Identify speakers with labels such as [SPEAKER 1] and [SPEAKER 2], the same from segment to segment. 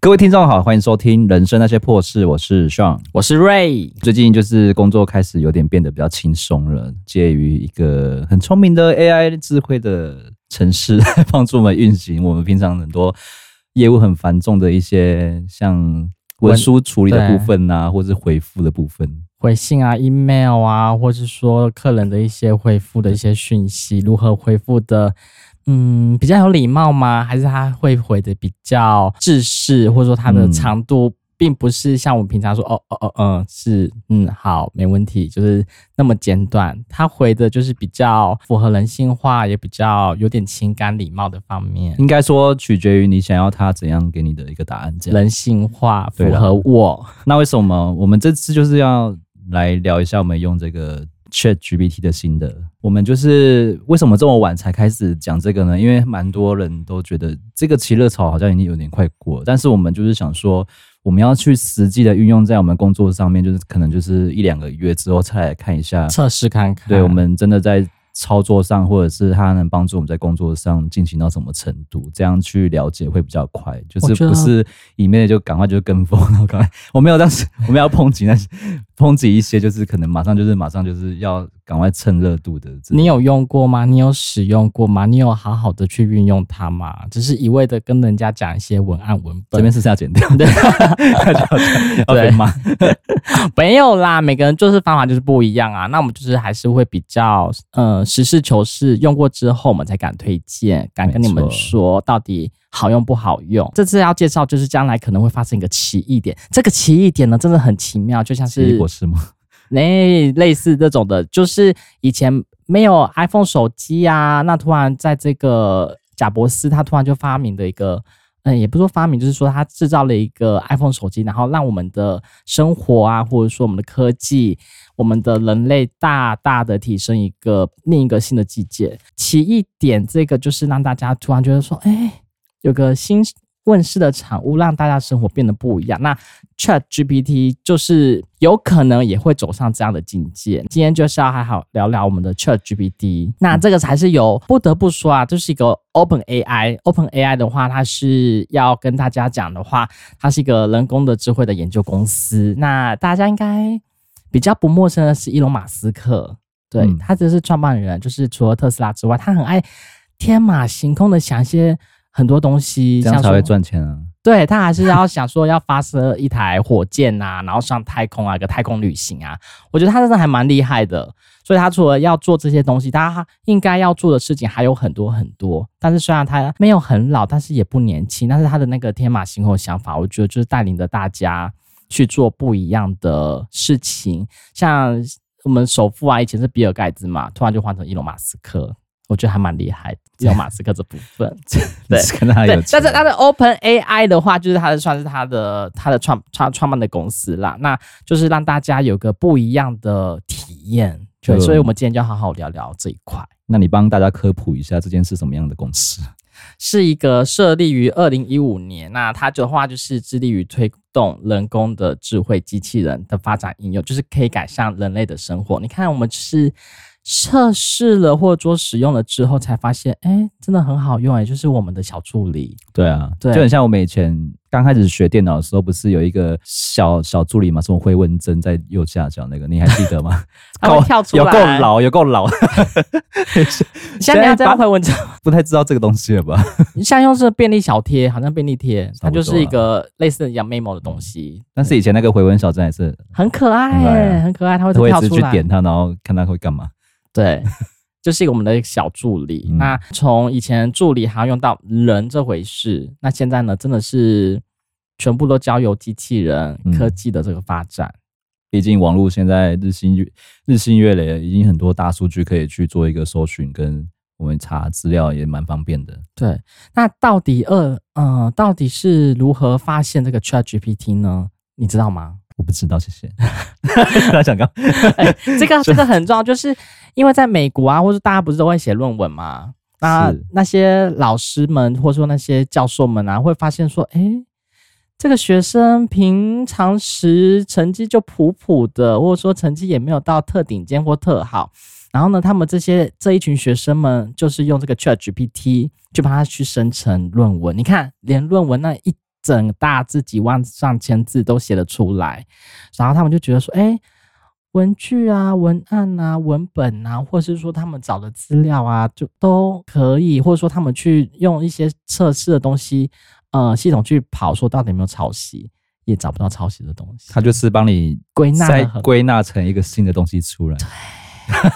[SPEAKER 1] 各位听众好，欢迎收听《人生那些破事》，我是 Sean。
[SPEAKER 2] 我是 Ray，
[SPEAKER 1] 最近就是工作开始有点变得比较轻松了，介于一个很聪明的 AI 智慧的城市 帮助我们运行我们平常很多业务很繁重的一些像文
[SPEAKER 2] 文
[SPEAKER 1] 书处理的
[SPEAKER 2] 对
[SPEAKER 1] 部分啊，或是回复的部分。
[SPEAKER 2] 回信啊、email 啊，或是说客人的一些回复的一些讯息，如何回复的，嗯，比较有礼貌吗？还是他会回的比较制式，或者说他的
[SPEAKER 1] 嗯
[SPEAKER 2] 长度并不是像我们平常说，哦哦哦，嗯，是，嗯，好，没问题，就是那么简短。他回的就是比较符合人性化，也比较有点情感礼貌的方面，
[SPEAKER 1] 应该说取决于你想要他怎样给你的一个答案。这样，
[SPEAKER 2] 人性化，符
[SPEAKER 1] 对啦
[SPEAKER 2] 合我。
[SPEAKER 1] 那为什么我们这次就是要来聊一下我们用这个 Chat GPT 的心得？我们就是为什么这么晚才开始讲这个呢？因为蛮多人都觉得这个奇热潮好像已经有点快过了，但是我们就是想说，我们要去实际的运用在我们工作上面，就是可能就是一两个月之后再来看一下，
[SPEAKER 2] 测试看看，
[SPEAKER 1] 对我们真的在。操作上，或者是它能帮助我们在工作上进行到什么程度，这样去了解会比较快。就
[SPEAKER 2] 我
[SPEAKER 1] 是
[SPEAKER 2] 觉得
[SPEAKER 1] 不是里面就赶快就跟风，然后赶快我没有当时我们要抨击那些抨击一些，就是可能马上就是马上就是要赶快趁热度的这种。
[SPEAKER 2] 你有用过吗？你有使用过吗？你有好好的去运用它吗？只是一味的跟人家讲一些文案文
[SPEAKER 1] 这边
[SPEAKER 2] 本，
[SPEAKER 1] 是不是要剪掉， 对，要被骂。
[SPEAKER 2] 没有啦。每个人做事方法就是不一样啊。那我们就是还是会比较呃实事求是，用过之后我们才敢推荐，敢跟你
[SPEAKER 1] 没
[SPEAKER 2] 们
[SPEAKER 1] 错
[SPEAKER 2] 说到底好用不好用。这次要介绍就是将来可能会发生一个奇异点，这个奇异点呢真的很奇妙，就像
[SPEAKER 1] 奇异
[SPEAKER 2] 是
[SPEAKER 1] 博士吗？
[SPEAKER 2] 那、类似这种的，就是以前没有 iPhone 手机啊，那突然在这个贾伯斯他突然就发明的一个，嗯，也不是说发明，就是说他制造了一个 iPhone 手机，然后让我们的生活啊，或者说我们的科技，我们的人类大大的提升一个另一个新的境界。其一点，这个就是让大家突然觉得说，哎、有个新问世的产物，让大家生活变得不一样。那 Chat GPT 就是有可能也会走上这样的境界。今天就是要还好聊聊我们的 Chat GPT，那这个才是有不得不说啊，这、是一个 Open AI。Open AI 的话，它是要跟大家讲的话，它是一个人工的智慧的研究公司。那大家应该比较不陌生的是伊隆马斯克，对、
[SPEAKER 1] 嗯
[SPEAKER 2] 他这是创办人，就是除了特斯拉之外，他很爱天马行空的想一些很多东西，
[SPEAKER 1] 这样才
[SPEAKER 2] 像
[SPEAKER 1] 会
[SPEAKER 2] 说
[SPEAKER 1] 赚钱啊！
[SPEAKER 2] 对他还是要想说要发射一台火箭呐、然后上太空啊，一个太空旅行啊。我觉得他真的还蛮厉害的，所以他除了要做这些东西，他应该要做的事情还有很多很多。但是虽然他没有很老，但是也不年轻，但是他的那个天马行空的想法，我觉得就是带领着大家去做不一样的事情。像我们首富啊，以前是比尔盖茨嘛，突然就换成伊隆马斯克，我觉得还蛮厉害的。伊隆马斯克这部分。对
[SPEAKER 1] 跟他有
[SPEAKER 2] 对，
[SPEAKER 1] 钱
[SPEAKER 2] 但是它的 Open AI 的话，就是它的算是它的它的创创创办的公司啦，那就是让大家有个不一样的体验。对，
[SPEAKER 1] 嗯
[SPEAKER 2] 所以我们今天就好好聊聊这一块。
[SPEAKER 1] 那你帮大家科普一下这件是什么样的公司？
[SPEAKER 2] 是一个设立于二零一五年，那它的话就是致力于推动人工的智慧机器人的发展应用，就是可以改善人类的生活。你看，我们是测试了或者说使用了之后，才发现，哎，真的很好用，哎，就是我们的小助理。
[SPEAKER 1] 对啊，
[SPEAKER 2] 对？
[SPEAKER 1] 就很像我们以前刚开始学电脑的时候，不是有一个小小助理嘛，什么回文针在右下角那个，你还记得 吗
[SPEAKER 2] 它会啊跳出来
[SPEAKER 1] 有够老，有够老，
[SPEAKER 2] 现在
[SPEAKER 1] 现在
[SPEAKER 2] 在回文章。
[SPEAKER 1] 不太知道这个东西了吧？
[SPEAKER 2] 像用是便利小贴，好像便利贴，
[SPEAKER 1] 差
[SPEAKER 2] 它
[SPEAKER 1] 不多嗯
[SPEAKER 2] 就
[SPEAKER 1] 啊
[SPEAKER 2] 是一个类似像 memo 的东西，
[SPEAKER 1] 但是以前那个回文小针也是，
[SPEAKER 2] 很可爱
[SPEAKER 1] 很可爱
[SPEAKER 2] 耶，
[SPEAKER 1] 啊
[SPEAKER 2] 很可爱，它会
[SPEAKER 1] 我也
[SPEAKER 2] 跳
[SPEAKER 1] 是
[SPEAKER 2] 出
[SPEAKER 1] 去
[SPEAKER 2] 来。
[SPEAKER 1] 点它，然后看它会干嘛。
[SPEAKER 2] 对， 就是一个我们的小助理。
[SPEAKER 1] 嗯
[SPEAKER 2] 那从以前助理还要用到人这回事，那现在呢，真的是全部都交由机器人
[SPEAKER 1] 嗯
[SPEAKER 2] 科技的这个发展。
[SPEAKER 1] 毕竟网络现在日新月日新月累，已经很多大数据可以去做一个搜寻，跟我们查资料也蛮方便的。
[SPEAKER 2] 对，那到底二呃，到底是如何发现这个 Chat GPT 呢？你知道吗？
[SPEAKER 1] 我不知道，谢谢。 他想干嘛
[SPEAKER 2] 哎，这个这个很重要，就是因为在美国啊，或者大家不是都会写论文嘛？那
[SPEAKER 1] 是
[SPEAKER 2] 那些老师们，或者说那些教授们啊，会发现说，哎、这个学生平常时成绩就普普的，或者说成绩也没有到特顶尖或特好。然后呢，他们这些这一群学生们，就是用这个 Chat GPT 去帮他去生成论文。你看，连论文那一整大字几万上千字都写得出来，然后他们就觉得说，哎，文具啊、文案啊、文本啊，或是说他们找的资料啊，就都可以，或者说他们去用一些测试的东西，呃，系统去跑，说到底有没有抄袭，也找不到抄袭的东 西，
[SPEAKER 1] 他就是帮你
[SPEAKER 2] 归纳
[SPEAKER 1] 再
[SPEAKER 2] 的很
[SPEAKER 1] 归纳成一个新的东西出来。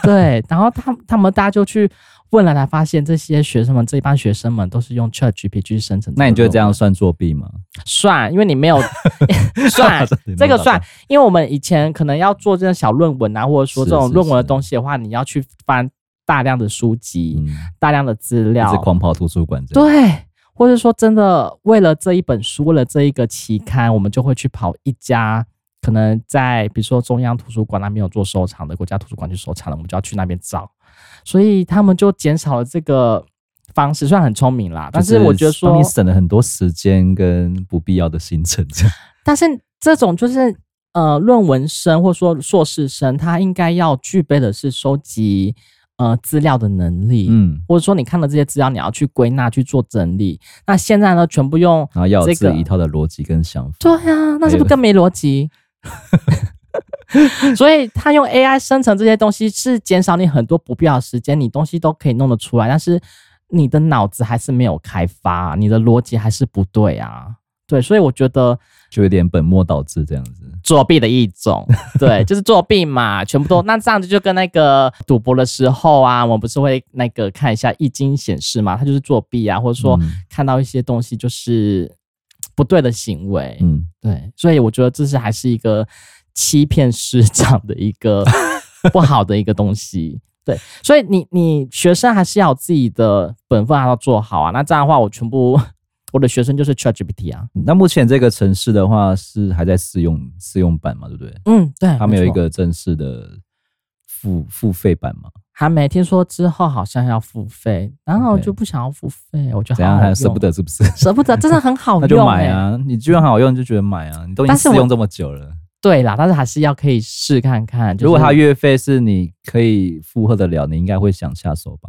[SPEAKER 2] 对，然后他他们大家就去问了，才发现这些学生们这一班学生们都是用 Chat GPT 去生成。
[SPEAKER 1] 那你觉得这样算作弊吗？
[SPEAKER 2] 算？因为你没有 算这个算，因为我们以前可能要做这种小论文啊，或者说这
[SPEAKER 1] 是
[SPEAKER 2] 种
[SPEAKER 1] 是
[SPEAKER 2] 论文的
[SPEAKER 1] 是
[SPEAKER 2] 东西的话，你要去翻大量的书籍、
[SPEAKER 1] 嗯，
[SPEAKER 2] 大量的资
[SPEAKER 1] 一
[SPEAKER 2] 料
[SPEAKER 1] 直，狂跑图书馆这样。
[SPEAKER 2] 对，或者说真的为了这一本书，为了这一个期刊，我们就会去跑一家。可能在比如说中央图书馆那边有做收藏的，国家图书馆去收藏的，我们就要去那边找，所以他们就减少了这个方式，虽然很聪明啦，但是
[SPEAKER 1] 就
[SPEAKER 2] 我觉得说，
[SPEAKER 1] 帮你省了很多时间跟不必要的行程， 这样
[SPEAKER 2] 但是这种就是呃论文生或说硕士生，他应该要具备的是收集呃资料的能力，
[SPEAKER 1] 嗯，
[SPEAKER 2] 或者说你看了这些资料，你要去归纳去做整理。那现在呢，全部用
[SPEAKER 1] 然后要有
[SPEAKER 2] 这
[SPEAKER 1] 自
[SPEAKER 2] 个
[SPEAKER 1] 己一套的逻辑跟想法。
[SPEAKER 2] 对啊，那是不是更没逻辑？ 所以他用 AI 生成这些东西，是减少你很多不必要的时间，你东西都可以弄得出来，但是你的脑子还是没有开发、你的逻辑还是不对啊。对，所以我觉得
[SPEAKER 1] 就有点本末倒置这样子。
[SPEAKER 2] 作弊的一 种，对，就是作弊嘛，全部都那这样子就跟那个赌博的时候啊，我们不是会那个看一下易经显示嘛，它就是作弊啊，或者说
[SPEAKER 1] 嗯
[SPEAKER 2] 看到一些东西就是嘖不对的行为，
[SPEAKER 1] 嗯，
[SPEAKER 2] 对，所以我觉得这是还是一个欺骗市场的一个 不好的一个东西。对，所以你你学生还是要有自己的本分，还要做好啊。那这样的话，我全部我的学生就是 ChatGPT 啊。
[SPEAKER 1] 嗯那目前这个城市的话是还在试用试用版嘛，对不对？
[SPEAKER 2] 嗯，对，
[SPEAKER 1] 他们有
[SPEAKER 2] 没
[SPEAKER 1] 一
[SPEAKER 2] 错
[SPEAKER 1] 个正式的付付费版嘛？
[SPEAKER 2] 还没听说之后好像要付费，然后我
[SPEAKER 1] OK
[SPEAKER 2] 就不想要付费，我觉
[SPEAKER 1] 怎
[SPEAKER 2] 得好
[SPEAKER 1] 样
[SPEAKER 2] 好
[SPEAKER 1] 还
[SPEAKER 2] 用
[SPEAKER 1] 舍不得是不是？
[SPEAKER 2] 舍不得，真的很好
[SPEAKER 1] 那
[SPEAKER 2] 用、欸，
[SPEAKER 1] 就买啊！你居然好用，就觉得买啊！你都已经
[SPEAKER 2] 但是
[SPEAKER 1] 试
[SPEAKER 2] 我
[SPEAKER 1] 用这么久了，
[SPEAKER 2] 对啦，但是还是要可以试看看。就是
[SPEAKER 1] 如果它月费是你可以负荷得了，你应该会想下手吧？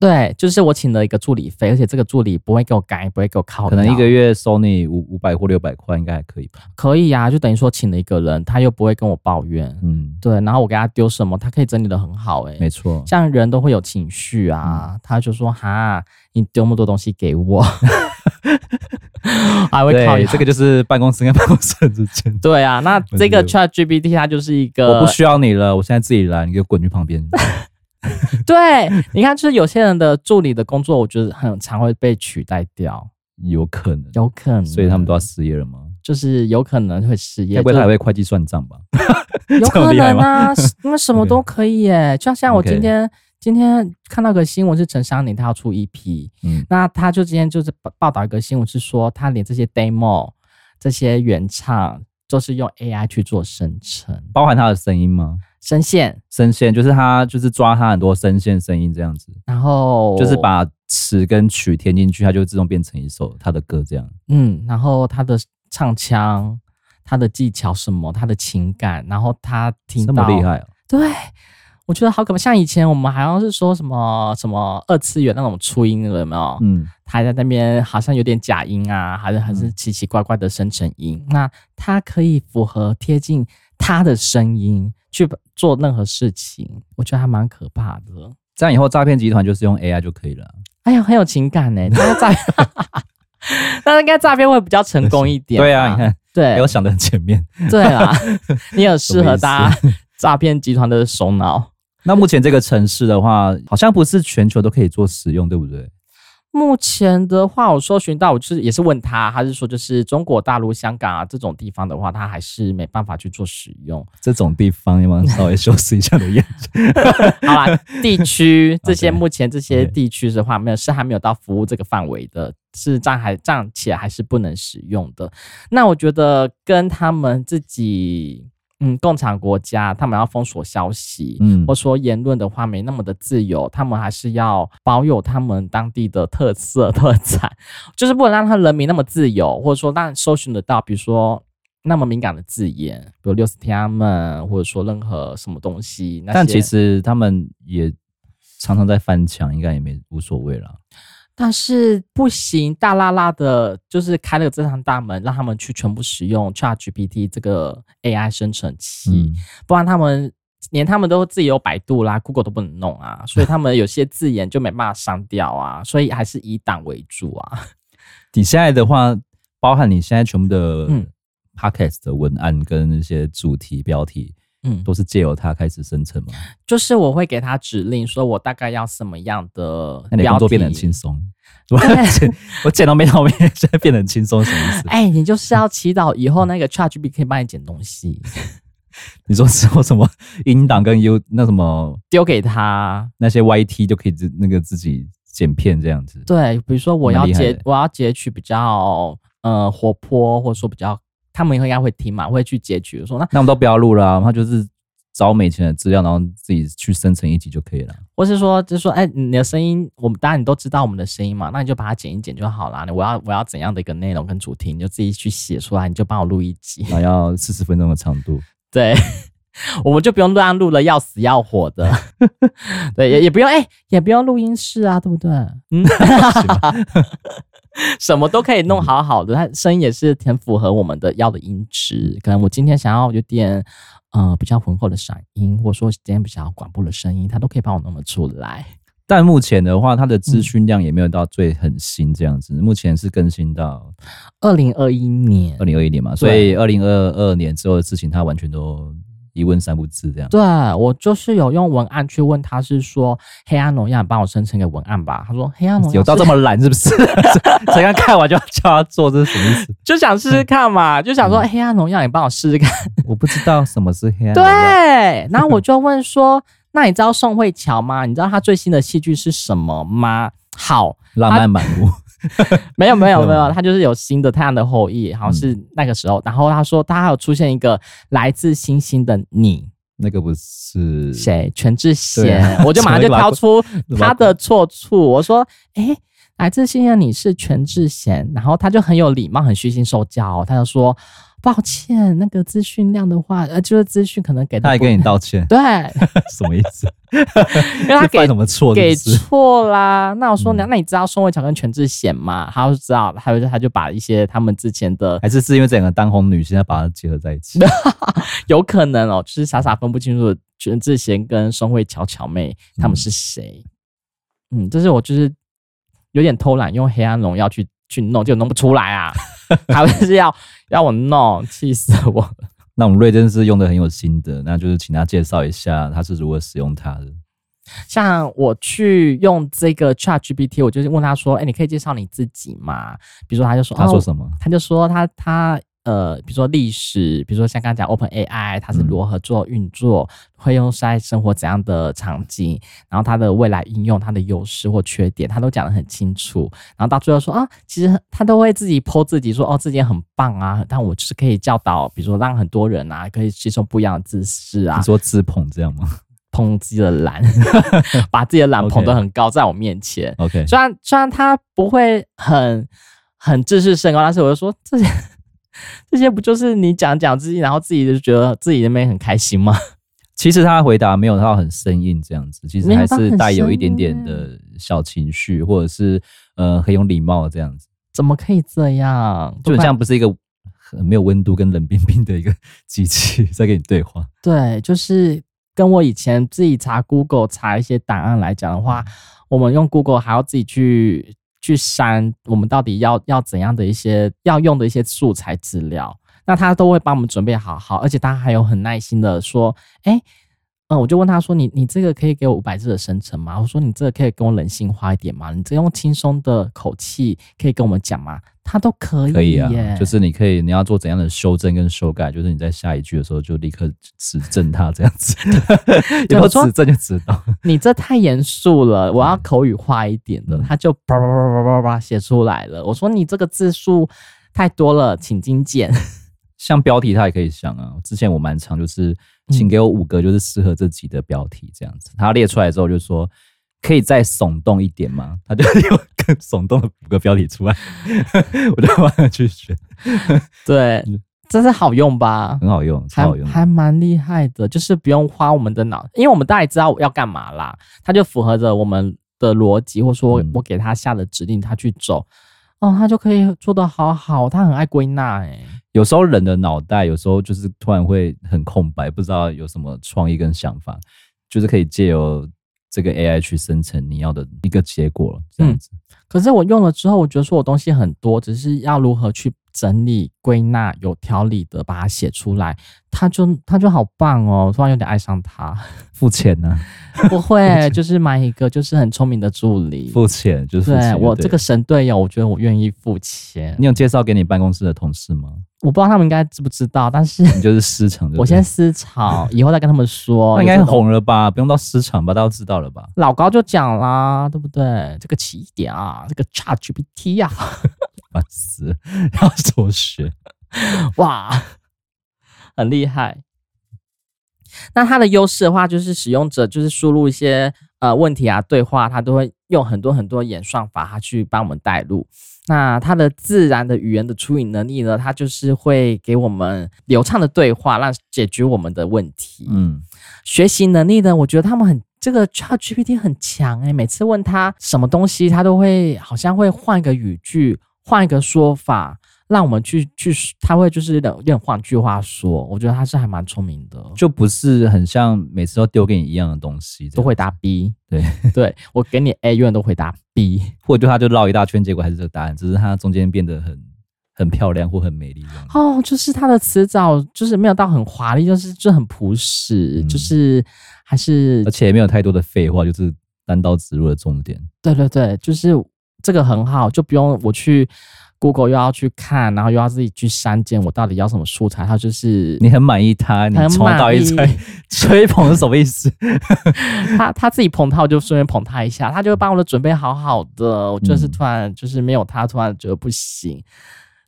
[SPEAKER 2] 对，就是我请了一个助理费，而且这个助理不会给我改，不会给我靠，
[SPEAKER 1] 可能一个月收你五五百或六百块，应该还可以吧？
[SPEAKER 2] 可以啊，就等于说请了一个人，他又不会跟我抱怨，
[SPEAKER 1] 嗯，
[SPEAKER 2] 对，然后我给他丢什么，他可以整理的很好、欸，
[SPEAKER 1] 没错。嗯
[SPEAKER 2] 像人都会有情绪啊，他就说哈，你丢那么多东西给我， 还会靠
[SPEAKER 1] 对，这个就是办公室跟办公室之间，
[SPEAKER 2] 对啊，那
[SPEAKER 1] 我觉
[SPEAKER 2] 这个
[SPEAKER 1] 得
[SPEAKER 2] Chat GPT 它就是一
[SPEAKER 1] 我不
[SPEAKER 2] 个，
[SPEAKER 1] 需要你了，我现在自己来，你给我滚去旁边。
[SPEAKER 2] 对，你看，就是有些人的助理的工作，我觉得很常会被取代掉，
[SPEAKER 1] 有可能，
[SPEAKER 2] 有可能，
[SPEAKER 1] 所以他们都要失业了吗？
[SPEAKER 2] 就是有可能会失业，
[SPEAKER 1] 该不会
[SPEAKER 2] 就
[SPEAKER 1] 他还会会计算账吧？
[SPEAKER 2] 有
[SPEAKER 1] 这么
[SPEAKER 2] 可
[SPEAKER 1] 厉害
[SPEAKER 2] 能啊，是 因为什么都可以耶，就像我
[SPEAKER 1] OK
[SPEAKER 2] 今天。今天看到个新闻是陈sáng宁，他要出 EP，
[SPEAKER 1] 嗯
[SPEAKER 2] 那他就今天就是报报道一个新闻是说，他连这些 demo、这些原唱都是用 AI 去做生成
[SPEAKER 1] 包含他的声音吗？
[SPEAKER 2] 声线，
[SPEAKER 1] 声线就是他就是抓他很多声线声音这样子，
[SPEAKER 2] 然后
[SPEAKER 1] 就是把词跟曲填进去，它就自动变成一首他的歌这样。
[SPEAKER 2] 嗯，然后他的唱腔、他的技巧什么，他的情感，然后他听
[SPEAKER 1] 这
[SPEAKER 2] 到
[SPEAKER 1] 么厉，害哦、
[SPEAKER 2] 对我觉得好可怕。像以前我们好像是说什么什么二次元那种初音了，有没有？
[SPEAKER 1] 嗯，
[SPEAKER 2] 他还在那边好像有点假音啊，还是还是奇奇怪怪的生成音。那他可以符合贴近他的声音去做任何事情，我觉得还蛮可怕的。
[SPEAKER 1] 这样以后诈骗集团就是用 AI 就可以了啊。
[SPEAKER 2] 哎呀，很有情感 呢、欸，他诈骗， 那应该诈骗会比较成功一点吧。
[SPEAKER 1] 对啊，你看
[SPEAKER 2] 对，
[SPEAKER 1] 没有想得很前面。
[SPEAKER 2] 对啦，你很适合搭 诈骗集团的首脑。
[SPEAKER 1] 那目前这个城市的话，好像不是全球都可以做使用，对不对？
[SPEAKER 2] 目前的话，我搜寻到，我就是也是问他，他是说就是中国大陆、香港啊这种地方的话，他还是没办法去做使用。
[SPEAKER 1] 这种地方要不要稍微修饰一下的样子？
[SPEAKER 2] 好啦，地区这些
[SPEAKER 1] OK，
[SPEAKER 2] 目前这些
[SPEAKER 1] OK
[SPEAKER 2] 地区的话，没有是还没有到服务这个范围的，是暂还暂且还是不能使用的。那我觉得跟他们自己，嗯，共产国家他们要封锁消息，
[SPEAKER 1] 嗯
[SPEAKER 2] 或说言论的话没那么的自由，他们还是要保有他们当地的特色 特产，就是不能让他人民那么自由，或者说让搜寻得到，比如说那么敏感的字眼，比如六十天安门，或者说任何什么东西。那些
[SPEAKER 1] 但其实他们也常常在翻墙，应该也没无所谓啦。
[SPEAKER 2] 但是不行，大辣辣的，就是开了这扇大门，让他们去全部使用 ChatGPT 这个 AI 生成器，
[SPEAKER 1] 嗯，
[SPEAKER 2] 不然他们连他们都自己有百度啦、Google 都不能弄 啊，所以他们有些字眼就没办法删掉啊，所以还是以党为主啊。
[SPEAKER 1] 你现在的话，包含你现在全部的
[SPEAKER 2] 嗯
[SPEAKER 1] podcast 的文案跟那些主题标题，
[SPEAKER 2] 嗯，
[SPEAKER 1] 都是借由它开始生成吗？
[SPEAKER 2] 就是我会给他指令，说我大概要什么样的
[SPEAKER 1] 那你的工
[SPEAKER 2] 标题。
[SPEAKER 1] 作变得很轻松。 我剪我剪到没头没尾，现在变得很轻松，什么意思？
[SPEAKER 2] 哎、你就是要祈祷以后那
[SPEAKER 1] 嗯
[SPEAKER 2] 个 ChatGPT 可以帮你捡东西，
[SPEAKER 1] 你说之后什么音档跟 U 那什么
[SPEAKER 2] 丢给他。
[SPEAKER 1] 那些 YT 就可以自那个自己剪片这样子。
[SPEAKER 2] 对，比如说我要
[SPEAKER 1] 蛮厉害
[SPEAKER 2] 截
[SPEAKER 1] 的，
[SPEAKER 2] 我要截取比较呃活泼，或者说比较他们应该会听嘛，会去截取。我说那
[SPEAKER 1] 那我们都不要录了、啊，他就是找美前的资料，然后自己去生成一集就可以了。
[SPEAKER 2] 或是说就是说，哎、你的声音，我们当然你都知道我们的声音嘛，那你就把它剪一剪就好啦。你我要我要怎样的一个内容跟主题，你就自己去写出来，你就帮我录一集。
[SPEAKER 1] 然后要四十分钟的长度，
[SPEAKER 2] 对， 我们就不用乱录了，要死要活的。 对，也也不用哎、也不用录音室啊，对不对？嗯， 什么都可以弄好好的，它声音也是挺符合我们的要的音质。可能我今天想要有点呃比较浑厚的嗓音，或者说今天比较广播的声音，它都可以帮我弄得出来。
[SPEAKER 1] 但目前的话，它的资讯量也没有到最很新这样子，目前是更新到
[SPEAKER 2] 二零二一年
[SPEAKER 1] 二，零二一年嘛，所以二零二二年之后的事情，它完全都一问三不知这样。
[SPEAKER 2] 对我就是有用文案去问他，是说黑暗荣耀，你帮我生成一个文案吧。他说黑暗荣耀
[SPEAKER 1] 有到
[SPEAKER 2] 是
[SPEAKER 1] 这么懒是 不是？才刚看完就要叫他做，这是什么意思？
[SPEAKER 2] 就想试试看嘛，
[SPEAKER 1] 嗯
[SPEAKER 2] 就想说《黑暗荣耀》，你帮我试试看。
[SPEAKER 1] 我不知道什么是黑暗。
[SPEAKER 2] 对，，然后我就问说，那你知道宋慧乔吗？你知道她最新的戏剧是什么吗？好，
[SPEAKER 1] 浪漫满屋。
[SPEAKER 2] 没有没
[SPEAKER 1] 对吗
[SPEAKER 2] 有
[SPEAKER 1] 嗯
[SPEAKER 2] 没有，她就是有新的《太阳的后裔》，好像是那个时候。然后她说，她还有出现一个来自星星的你，
[SPEAKER 1] 那个不 是
[SPEAKER 2] 谁？全智
[SPEAKER 1] 对
[SPEAKER 2] 贤
[SPEAKER 1] 啊，
[SPEAKER 2] 我就马上就挑出
[SPEAKER 1] 么
[SPEAKER 2] 她的错处，我说，诶，来自星星的你是全智贤，然后她就很有礼貌，很虚心受教、哦，她就说。抱歉，那个资讯量的话，呃，就是资讯可能给的
[SPEAKER 1] 他还
[SPEAKER 2] 不，
[SPEAKER 1] 跟你道歉
[SPEAKER 2] 对，
[SPEAKER 1] 什么意思？
[SPEAKER 2] 因为 他
[SPEAKER 1] 是犯
[SPEAKER 2] 给
[SPEAKER 1] 什么错？
[SPEAKER 2] 给
[SPEAKER 1] 是不是
[SPEAKER 2] 错啦。那我说，那
[SPEAKER 1] 嗯
[SPEAKER 2] 那你知道宋慧乔跟全智贤吗？他就知道，还有就他就把一些他们之前的
[SPEAKER 1] 还是是因为整个当红女星，要把它结合在一 起？
[SPEAKER 2] 有可能哦，就是傻傻分不清楚全智贤跟宋慧乔乔妹他们是谁。嗯，这是我就是有点偷懒，用黑暗荣耀去去弄，就弄不出来啊，还是要要我弄，气死我了！
[SPEAKER 1] 那我们瑞真是用的很有心得，那就是请他介绍一下他是如何使用它的。
[SPEAKER 2] 像我去用这个 Chat GPT，我就是问他说：“哎、你可以介绍你自己吗？”比如说，他就说：“
[SPEAKER 1] 他
[SPEAKER 2] 哦
[SPEAKER 1] 说什么？
[SPEAKER 2] 他就说他他呃，比如说历史，比如说像刚才讲 Open AI，它是
[SPEAKER 1] 嗯
[SPEAKER 2] 如何做运作，会用在生活怎样的场景，然后它的未来应用，它的优势或缺点，他都讲得很清楚。然后到最后说啊，其实他都会自己剖自己说哦，自己很棒啊，但我就是可以教导，比如说让很多人啊，可以接受不一样的知识 啊
[SPEAKER 1] 你，说自捧这样吗
[SPEAKER 2] 抨击的懒，把自己的懒捧得很高，在我面前。
[SPEAKER 1] ？OK，
[SPEAKER 2] 虽然虽然他不会很很自视甚高，但是我就说这些 这些不就是你讲讲自己，然后自己就觉得自己那边很开心吗？
[SPEAKER 1] 其实他的回答没有到很生硬这样子，其实
[SPEAKER 2] 没有
[SPEAKER 1] 还
[SPEAKER 2] 到
[SPEAKER 1] 是
[SPEAKER 2] 很
[SPEAKER 1] 带有
[SPEAKER 2] 生
[SPEAKER 1] 一点点
[SPEAKER 2] 硬
[SPEAKER 1] 的小情绪，或者是呃很有礼貌这样子，
[SPEAKER 2] 怎么可以这样？
[SPEAKER 1] 就
[SPEAKER 2] 不
[SPEAKER 1] 很
[SPEAKER 2] 然
[SPEAKER 1] 像不是一个很没有温度跟冷冰冰的一个机器 在跟你对话。
[SPEAKER 2] 对，就是跟我以前自己查 Google 查一些档案来讲的话，我们用 Google 还要自己去去删我们到底要要怎样的一些要用的一些素材资料，那他都会帮我们准备好好，而且他还有很耐心的说，哎。嗯，我就问他说：“你你这个可以给我五百字的生成吗？”我说：“你这个可以跟我人性化一点吗？你这用轻松的口气可以跟我们讲吗？”他都可以
[SPEAKER 1] 可以啊
[SPEAKER 2] 嗯耶，
[SPEAKER 1] 就是你可以你要做怎样的修正跟修改，就是你在下一句的时候就立刻指正他这样子， 有
[SPEAKER 2] 对我
[SPEAKER 1] 没有
[SPEAKER 2] 说
[SPEAKER 1] 指正就知道。
[SPEAKER 2] 你这太严肃了，我要口语化一点的。
[SPEAKER 1] 嗯
[SPEAKER 2] 他就叭叭叭叭叭叭写出来了。我说你这个字数太多了，请精简。
[SPEAKER 1] 像标题他也可以想啊，之前我蛮常就是，请给我五个就是适合这集的标题这样子。他列出来之后就说，可以再耸动一点吗？他就 有更耸动的五个标题出来， 我就帮他去选，
[SPEAKER 2] 对，这是好用吧？
[SPEAKER 1] 很好用，
[SPEAKER 2] 还
[SPEAKER 1] 超嗯好用的。
[SPEAKER 2] 还蛮厉害的，就是不用花我们的脑，因为我们大概知道要干嘛啦，它就符合着我们。的逻辑，或说
[SPEAKER 1] 嗯
[SPEAKER 2] 我给他下的指令，他去走，哦，他就可以做得好好，他很爱归纳、欸，
[SPEAKER 1] 有时候人的脑袋有时候就是突然会很空白，不知道有什么创意跟想法，就是可以借由这个 AI 去生成你要的一个结果，这样子。
[SPEAKER 2] 可是我用了之后，我觉得说我东西很多，只是要如何去整理、归纳，有条理的把它写出来，他就他就好棒哦！突然有点爱上他，
[SPEAKER 1] 付钱啊呢、
[SPEAKER 2] 不 会，就是买一个就是很聪明的助理。
[SPEAKER 1] 付钱就是付
[SPEAKER 2] 嗯对
[SPEAKER 1] 钱。
[SPEAKER 2] 我这个，神队友，我觉得我愿意付钱。
[SPEAKER 1] 你有介绍给你办公室的同事吗？
[SPEAKER 2] 我不知道他们应该知不知道，但是
[SPEAKER 1] 你就是师长对不对
[SPEAKER 2] 我先私吵，以后再跟他们说。
[SPEAKER 1] 那应该
[SPEAKER 2] 有这种
[SPEAKER 1] 红了吧？不用到市场吧？大家都知道了吧？
[SPEAKER 2] 老高就讲啦，对不对？这个起一点啊，这个 ChatGPT 呀、啊，
[SPEAKER 1] 烦死！要怎么学？
[SPEAKER 2] 哇，很厉害。那它的优势的话，就是使用者就是输入一些呃问题啊、对话，它都会用很多很多演算法，它去帮我们带入。那它的自然的语言的处理能力呢，它就是会给我们流畅的对话，让解决我们的问题。
[SPEAKER 1] 嗯，
[SPEAKER 2] 学习能力呢，我觉得他们很这个 Chat GPT 很强诶、每次问他什么东西，他都会好像会换一个语句，换一个说法，让我们去去，他会就是有点有点换句话说。我觉得他是还蛮聪明的，
[SPEAKER 1] 就不是很像每次都丢给你一样的东西，
[SPEAKER 2] 都回答 B。
[SPEAKER 1] 对
[SPEAKER 2] 对，我给你 A，永远都回答 B。
[SPEAKER 1] 或者就他就绕一大圈，结果还是这个答案，只是它中间变得很很漂亮或很美丽这样子。
[SPEAKER 2] 哦，就是他的词藻就是没有到很华丽，就是就很朴实，
[SPEAKER 1] 嗯
[SPEAKER 2] 就是还是
[SPEAKER 1] 而且没有太多的废话，就是单刀直入的重点。
[SPEAKER 2] 对对对，就是这个很好，就不用我去 Google 又要去看，然后又要自己去删减我到底要什么素材，它就是
[SPEAKER 1] 你很满意它，你
[SPEAKER 2] 很
[SPEAKER 1] 从头到
[SPEAKER 2] 满
[SPEAKER 1] 尾
[SPEAKER 2] 意。啊
[SPEAKER 1] 吹吹捧是什么意 思？
[SPEAKER 2] 他他自己捧他，我就顺便捧他一下，他就会帮我的准备好好的。我
[SPEAKER 1] 嗯
[SPEAKER 2] 就是突然、就是没有他，突然觉得不行。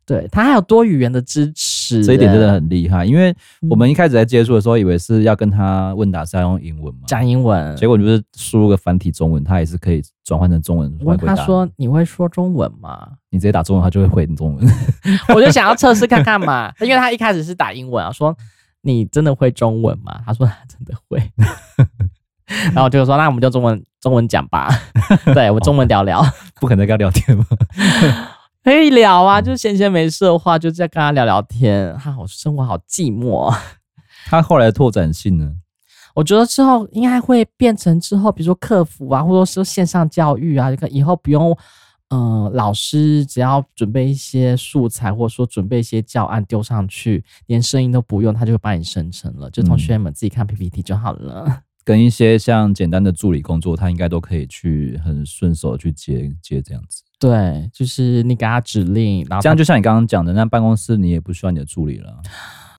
[SPEAKER 2] 对他还有多语言的支持、
[SPEAKER 1] 这一点真的
[SPEAKER 2] 欸
[SPEAKER 1] 很厉害，因为
[SPEAKER 2] 嗯
[SPEAKER 1] 我们一开始在接触的时候，以为是要跟他问答是要用英文嘛，
[SPEAKER 2] 讲英文。
[SPEAKER 1] 结果你就是输入个繁体中文，它也是可以转换成中文
[SPEAKER 2] 我
[SPEAKER 1] 来
[SPEAKER 2] 问
[SPEAKER 1] 回
[SPEAKER 2] 他
[SPEAKER 1] 答。
[SPEAKER 2] 说：“你会说中文吗
[SPEAKER 1] 你直接打中文，它就会回你中文。？”
[SPEAKER 2] 我就想要测试看看嘛，因为他一开始是打英文啊，说你真的会中文吗？他说 他真的会，然后我就说那我们就中文中文讲吧，对我中文聊聊。
[SPEAKER 1] 不可能跟他聊天吗？
[SPEAKER 2] 可以聊啊，就是闲闲没事的话，就在跟他聊聊天。他好生活好寂寞哦、
[SPEAKER 1] 他后来的拓展性呢？
[SPEAKER 2] 我觉得之后应该会变成之后，比如说客服啊，或者说线上教育啊，这个以后不用，呃，老师只要准备一些素材，或者说准备一些教案丢上去，连声音都不用，他就会帮你生成了，就
[SPEAKER 1] 嗯
[SPEAKER 2] 同学们自己看 PPT 就好 了。
[SPEAKER 1] 跟一些像简单的助理工作，他应该都可以去很顺手地去接接这样子。
[SPEAKER 2] 对，就是你给他指令，然后
[SPEAKER 1] 这
[SPEAKER 2] 他
[SPEAKER 1] 样就像你刚刚讲的，那办公室你也不需要你的助理了。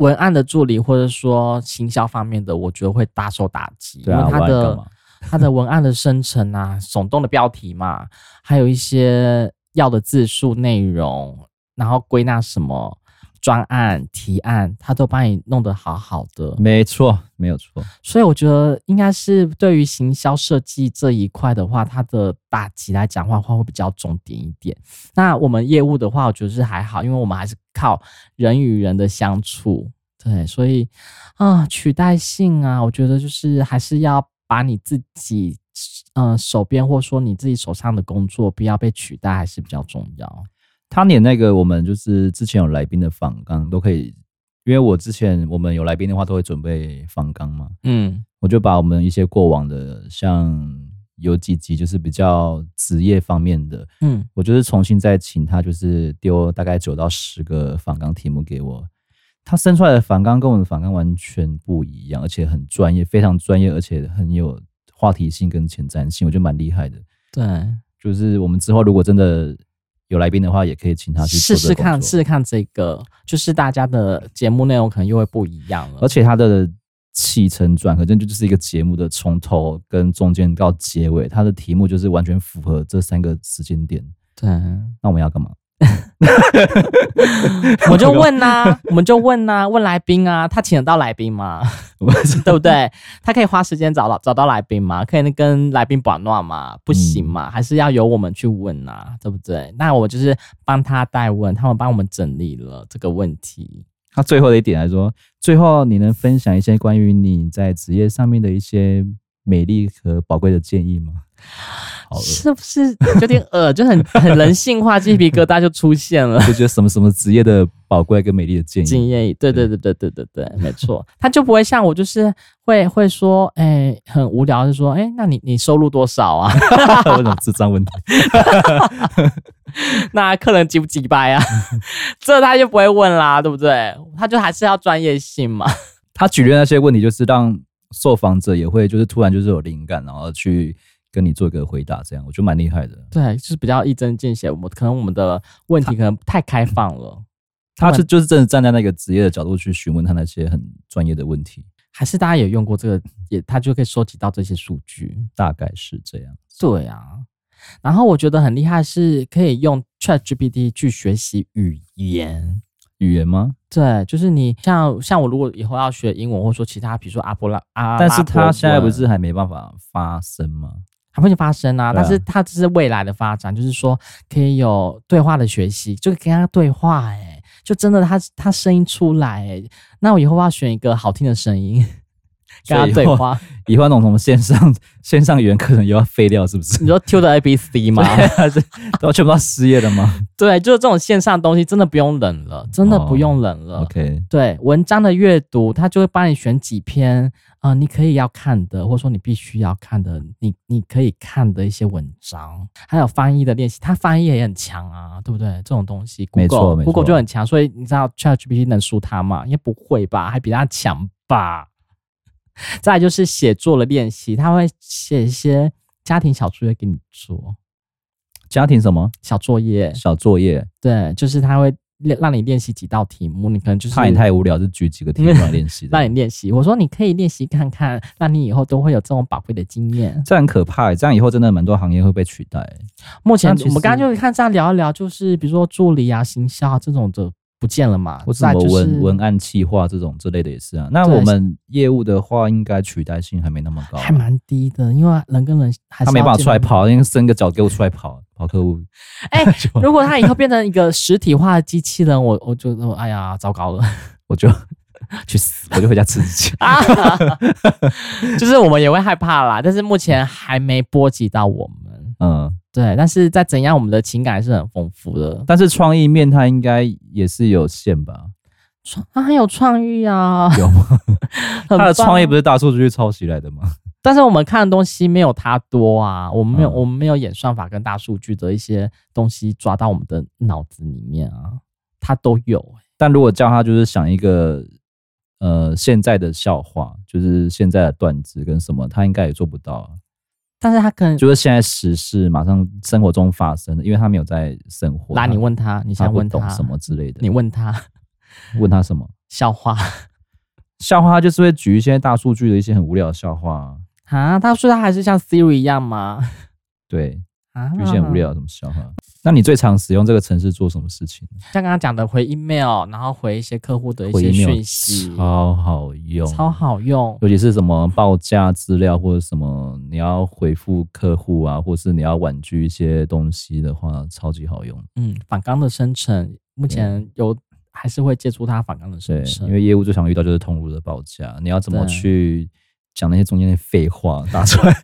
[SPEAKER 2] 文案的助理或者说行销方面的，我觉得会大受打击，
[SPEAKER 1] 对啊
[SPEAKER 2] 因为他
[SPEAKER 1] 文案干
[SPEAKER 2] 的
[SPEAKER 1] 嘛
[SPEAKER 2] 他的文案的生成啊，耸动的标题嘛，还有一些要的字数内容，然后归纳什么专案提案，他都帮你弄得好好的。
[SPEAKER 1] 没错，没有错。
[SPEAKER 2] 所以我觉得应该是对于行销设计这一块的话，它的打击来讲话话会比较重点一点。那我们业务的话，我觉得是还好，因为我们还是靠人与人的相处，对，所以啊、取代性啊，我觉得就是还是要把你自己。嗯、手边或说你自己手上的工作不要被取代，还是比较重要。
[SPEAKER 1] 他连那个我们就是之前有来宾的访纲都可以，因为我之前我们有来宾的话都会准备访纲嘛，
[SPEAKER 2] 嗯，
[SPEAKER 1] 我就把我们一些过往的像有几集就是比较职业方面的，
[SPEAKER 2] 嗯，
[SPEAKER 1] 我就是重新再请他，就是丢大概九到十个反纲题目给我。他生出来的反纲跟我们的反纲完全不一样，而且很专业，非常专业，而且很有话题性跟前瞻性，我觉得蛮厉害的。
[SPEAKER 2] 对，
[SPEAKER 1] 就是我们之后如果真的有来宾的话，也可以请他去做
[SPEAKER 2] 试
[SPEAKER 1] 这
[SPEAKER 2] 试
[SPEAKER 1] 个工作
[SPEAKER 2] 看，试试看这个，就是大家的节目内容可能又会不一样了
[SPEAKER 1] 而。且他的起承转合，这就是一个节目的从头跟中间到结尾，他的题目就是完全符合这三个时间点。
[SPEAKER 2] 对，
[SPEAKER 1] 那我们要干嘛？
[SPEAKER 2] 我们就问呐、我们就问呐、问来宾啊，他请得到来宾吗？
[SPEAKER 1] 我们
[SPEAKER 2] 对不对？他可以花时间找到找到来宾吗？可以跟来宾玩闹吗？不行
[SPEAKER 1] 嗯
[SPEAKER 2] 嘛，还是要由我们去问呐、对不对？那我就是帮他代问，他们帮我们整理了这个问题。
[SPEAKER 1] 他最后的一点来说，最后你能分享一些关于你在职业上面的一些美丽和宝贵的建议吗？好恶，
[SPEAKER 2] 是不是有点恶？就很 很人性化，鸡皮疙瘩就出现了。
[SPEAKER 1] 就觉得什么什么职业的宝贵跟美丽的建议。
[SPEAKER 2] 经验，对
[SPEAKER 1] 嗯
[SPEAKER 2] 对对对对对对，没错，他就不会像我，就是会会说，哎、很无聊，就说，哎、那你你收入多少啊？
[SPEAKER 1] 我怎么智障问题？
[SPEAKER 2] 那客人急不急掰啊？ 这他就不会问啦，对不对？他就还是要专业性嘛。
[SPEAKER 1] 他举例的那些问题，就是让受访者也会就是突然就是有灵感，然后去跟你做一个回答，这样我觉得蛮厉害的。
[SPEAKER 2] 对，就是比较一针见血。我们可能我们的问题可能太开放了，
[SPEAKER 1] 他是就是真的站在那个职业的角度去询问他那些很专业的问题，
[SPEAKER 2] 还是大家也用过这个，也他就可以收集到这些数据。
[SPEAKER 1] 大概是这样。
[SPEAKER 2] 对啊，然后我觉得很厉害是可以用 Chat GPT 去学习语言。
[SPEAKER 1] 语言吗？
[SPEAKER 2] 对，就是你像像我如果以后要学英文，或者说其他，比如说阿波拉啊，
[SPEAKER 1] 但是他现在不
[SPEAKER 2] 阿拉伯文
[SPEAKER 1] 是还没办法发声吗？
[SPEAKER 2] 还不会发生啊，
[SPEAKER 1] 对啊
[SPEAKER 2] 但是它这是未来的发展，就是说可以有对话的学习，就跟他对话、哎，就真的他他声音出来、哎，那我以后要选一个好听的声 音跟他对话，
[SPEAKER 1] 以后那种什么线上线上语言课程又要废掉，是不 是
[SPEAKER 2] 你？说 Q 的 A B C 吗？
[SPEAKER 1] 还是都全部要失业了 吗
[SPEAKER 2] 对，就是这种线上东西真的不用忍了，真的不用忍了。
[SPEAKER 1] ？OK，
[SPEAKER 2] 对文章的阅读，它就会帮你选几篇，呃，你可以要看的，或者说你必须要看的，你你可以看的一些文章，还有翻译的练习，它翻译也很强啊，对不对？这种东西
[SPEAKER 1] 没错
[SPEAKER 2] ，Google
[SPEAKER 1] 没错
[SPEAKER 2] Google 就很强，所以你知道 ChatGPT 能输它吗？应该不会吧，还比它强吧。 再来就是写作的练习，他会写一些家庭小作业给你做，
[SPEAKER 1] 家庭什么
[SPEAKER 2] 小作业，
[SPEAKER 1] 小作业？
[SPEAKER 2] 对，就是他会练让你练习几道题目，你可能就是。
[SPEAKER 1] 怕你太无聊，就举几个题目来练习
[SPEAKER 2] 让你练习。我说你可以练习看看，那你以后都会有这种宝贵的经验。
[SPEAKER 1] 这样很可怕欸、这样以后真的蛮多行业会被取代欸、
[SPEAKER 2] 目前
[SPEAKER 1] 那其实
[SPEAKER 2] 我们刚刚就看这样聊一聊，就是比如说助理啊、行销啊这种的不见了嘛，
[SPEAKER 1] 或者
[SPEAKER 2] 再
[SPEAKER 1] 什么
[SPEAKER 2] 就是
[SPEAKER 1] 文、文案企划这种之类的也是啊。那
[SPEAKER 2] 对
[SPEAKER 1] 我们业务的话，应该取代性还没那么高啊，
[SPEAKER 2] 还蛮低的，因为人跟人还是
[SPEAKER 1] 他没
[SPEAKER 2] 要
[SPEAKER 1] 办法
[SPEAKER 2] 见
[SPEAKER 1] 出来
[SPEAKER 2] 面。
[SPEAKER 1] 跑，因为伸个脚给我出来 跑跑客户。
[SPEAKER 2] 哎
[SPEAKER 1] 就
[SPEAKER 2] 如果他以后变成一个实体化的机器人，我我就我哎呀，糟糕 了
[SPEAKER 1] 我就去死，我就回家吃自己。
[SPEAKER 2] 啊！就是我们也会害怕啦，但是目前还没波及到我们。
[SPEAKER 1] 嗯，
[SPEAKER 2] 对，但是在怎样，我们的情感还是很丰富的。
[SPEAKER 1] 但是创意面它应该也是有限吧？
[SPEAKER 2] 创他很有创意啊，
[SPEAKER 1] 有 吗？它的
[SPEAKER 2] 很棒啊
[SPEAKER 1] 创意不是大数据抄袭来的吗？
[SPEAKER 2] 但是我们看的东西没有他多啊，我们没有、
[SPEAKER 1] 嗯
[SPEAKER 2] 我们没有演算法跟大数据的一些东西抓到我们的脑子里面啊，他都有、
[SPEAKER 1] 但如果叫他就是想一个呃现在的笑话，就是现在的段子跟什么，他应该也做不到啊。
[SPEAKER 2] 但是他可能
[SPEAKER 1] 就是现在时事马上生活中发生的，因为他没有在生活。
[SPEAKER 2] 拉你
[SPEAKER 1] 他
[SPEAKER 2] 问他，你
[SPEAKER 1] 他
[SPEAKER 2] 想
[SPEAKER 1] 不
[SPEAKER 2] 问
[SPEAKER 1] 懂什么之类的，
[SPEAKER 2] 你问他
[SPEAKER 1] 问他什么
[SPEAKER 2] 笑话
[SPEAKER 1] 笑话，他就是会举一些大数据的一些很无聊的笑话啊，
[SPEAKER 2] 啊？他说他还是像 Siri 一样吗？
[SPEAKER 1] 对，
[SPEAKER 2] 啊，
[SPEAKER 1] 举一些很无聊。的什么笑话。那你最常使用这个城市做什么事情？
[SPEAKER 2] 像刚刚讲的回 email，然后回一些客户的一
[SPEAKER 1] 回
[SPEAKER 2] 些
[SPEAKER 1] email
[SPEAKER 2] 讯息，
[SPEAKER 1] 超好用，
[SPEAKER 2] 超好用。
[SPEAKER 1] 尤其是什么报价资料或者什么你要回复客户啊，或是你要婉拒一些东西的话，超级好用。
[SPEAKER 2] 嗯，反刚的生成目前有还是会接触他反刚的
[SPEAKER 1] 对
[SPEAKER 2] 生，成
[SPEAKER 1] 因，为业务最常遇到就是通路的报价，你要怎么
[SPEAKER 2] 对
[SPEAKER 1] 去讲那些中间的废话打出来？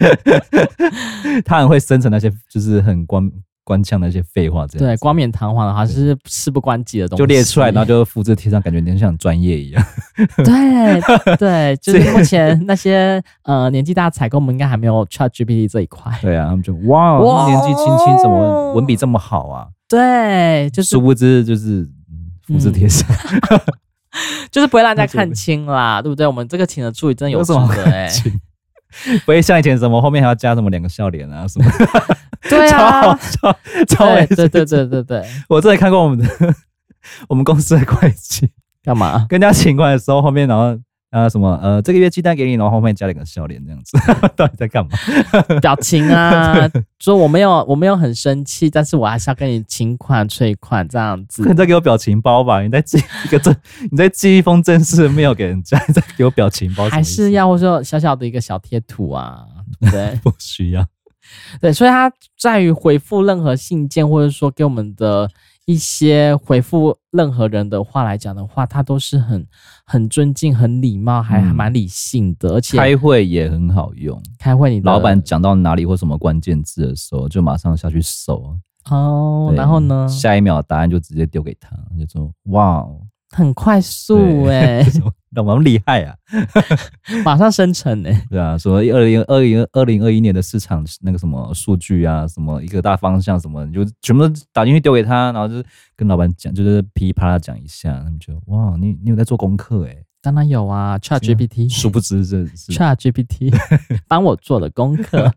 [SPEAKER 1] 他很会生成那些就是很官官腔的一些废话，这样
[SPEAKER 2] 对，
[SPEAKER 1] 子
[SPEAKER 2] 冠冕堂皇的，好像是事不关己的东西，
[SPEAKER 1] 就列出来，然后就复制贴上，感觉你很像很专业一样。
[SPEAKER 2] 对 对，就是
[SPEAKER 1] 这
[SPEAKER 2] 目前那些呃年纪大的采购们应该还没有 Chat GPT 这一 块，
[SPEAKER 1] 对啊，他们就哇，
[SPEAKER 2] 哇
[SPEAKER 1] 他年纪轻轻怎么文笔这么好啊？
[SPEAKER 2] 对，哦就是
[SPEAKER 1] 殊不知就是嗯复制贴上，
[SPEAKER 2] 就是不会让大家看清啦，对不对？我们这个请的助理真的有
[SPEAKER 1] 有什
[SPEAKER 2] 值
[SPEAKER 1] 么
[SPEAKER 2] 得哎，
[SPEAKER 1] 不会像以前什么后面还要加什么两个笑脸啊什么，
[SPEAKER 2] 对
[SPEAKER 1] 超
[SPEAKER 2] 啊
[SPEAKER 1] 好，笑，超没
[SPEAKER 2] 对
[SPEAKER 1] 水
[SPEAKER 2] 对对
[SPEAKER 1] 准
[SPEAKER 2] 对对对，
[SPEAKER 1] 我真的看过我们的我们公司的会计。
[SPEAKER 2] 干嘛？
[SPEAKER 1] 跟人家请过来的时候，后面然后呃什么呃这个月鸡蛋给你，然后后面加了一个笑脸这样子， 到底在干嘛？
[SPEAKER 2] 嗯表情 啊，说我没有我没有很生气，但是我还是要跟你请款催款这样子
[SPEAKER 1] 你，在给我表情包吧？你在寄一个正，你在寄一封正式的 mail 给人家， 你在给我表情包，
[SPEAKER 2] 还
[SPEAKER 1] 什么
[SPEAKER 2] 是
[SPEAKER 1] 意思
[SPEAKER 2] 要说小小的一个小贴图啊，对不对？
[SPEAKER 1] 不需要？
[SPEAKER 2] 对，所以它在于回复任何信件，或者说给我们的一些回复任何人的话来讲的话，他都是很很尊敬、很礼貌，还
[SPEAKER 1] 嗯
[SPEAKER 2] 蛮理性的，而且
[SPEAKER 1] 开会也很好用。
[SPEAKER 2] 开会你的
[SPEAKER 1] 老板讲到哪里或什么关键字的时候，就马上下去搜。
[SPEAKER 2] 哦，
[SPEAKER 1] 对
[SPEAKER 2] 然后呢，
[SPEAKER 1] 下一秒答案就直接丢给他，就说：“哇哦，
[SPEAKER 2] 很快速
[SPEAKER 1] 对
[SPEAKER 2] 哎、
[SPEAKER 1] 什么那么厉害啊
[SPEAKER 2] 马上生成哎、！”
[SPEAKER 1] 对啊，说二零二零二零二一年的市场那个什么数据啊，什么一个大方向什么，你就全部都打进去丢给他，然后就是跟老板讲，就是噼里啪啦讲一下，他们就哇，你你有在做功课 哎、
[SPEAKER 2] 当然有啊，Chat
[SPEAKER 1] 是啊
[SPEAKER 2] GPT，
[SPEAKER 1] 殊不知这是
[SPEAKER 2] Chat GPT 帮我做了功课，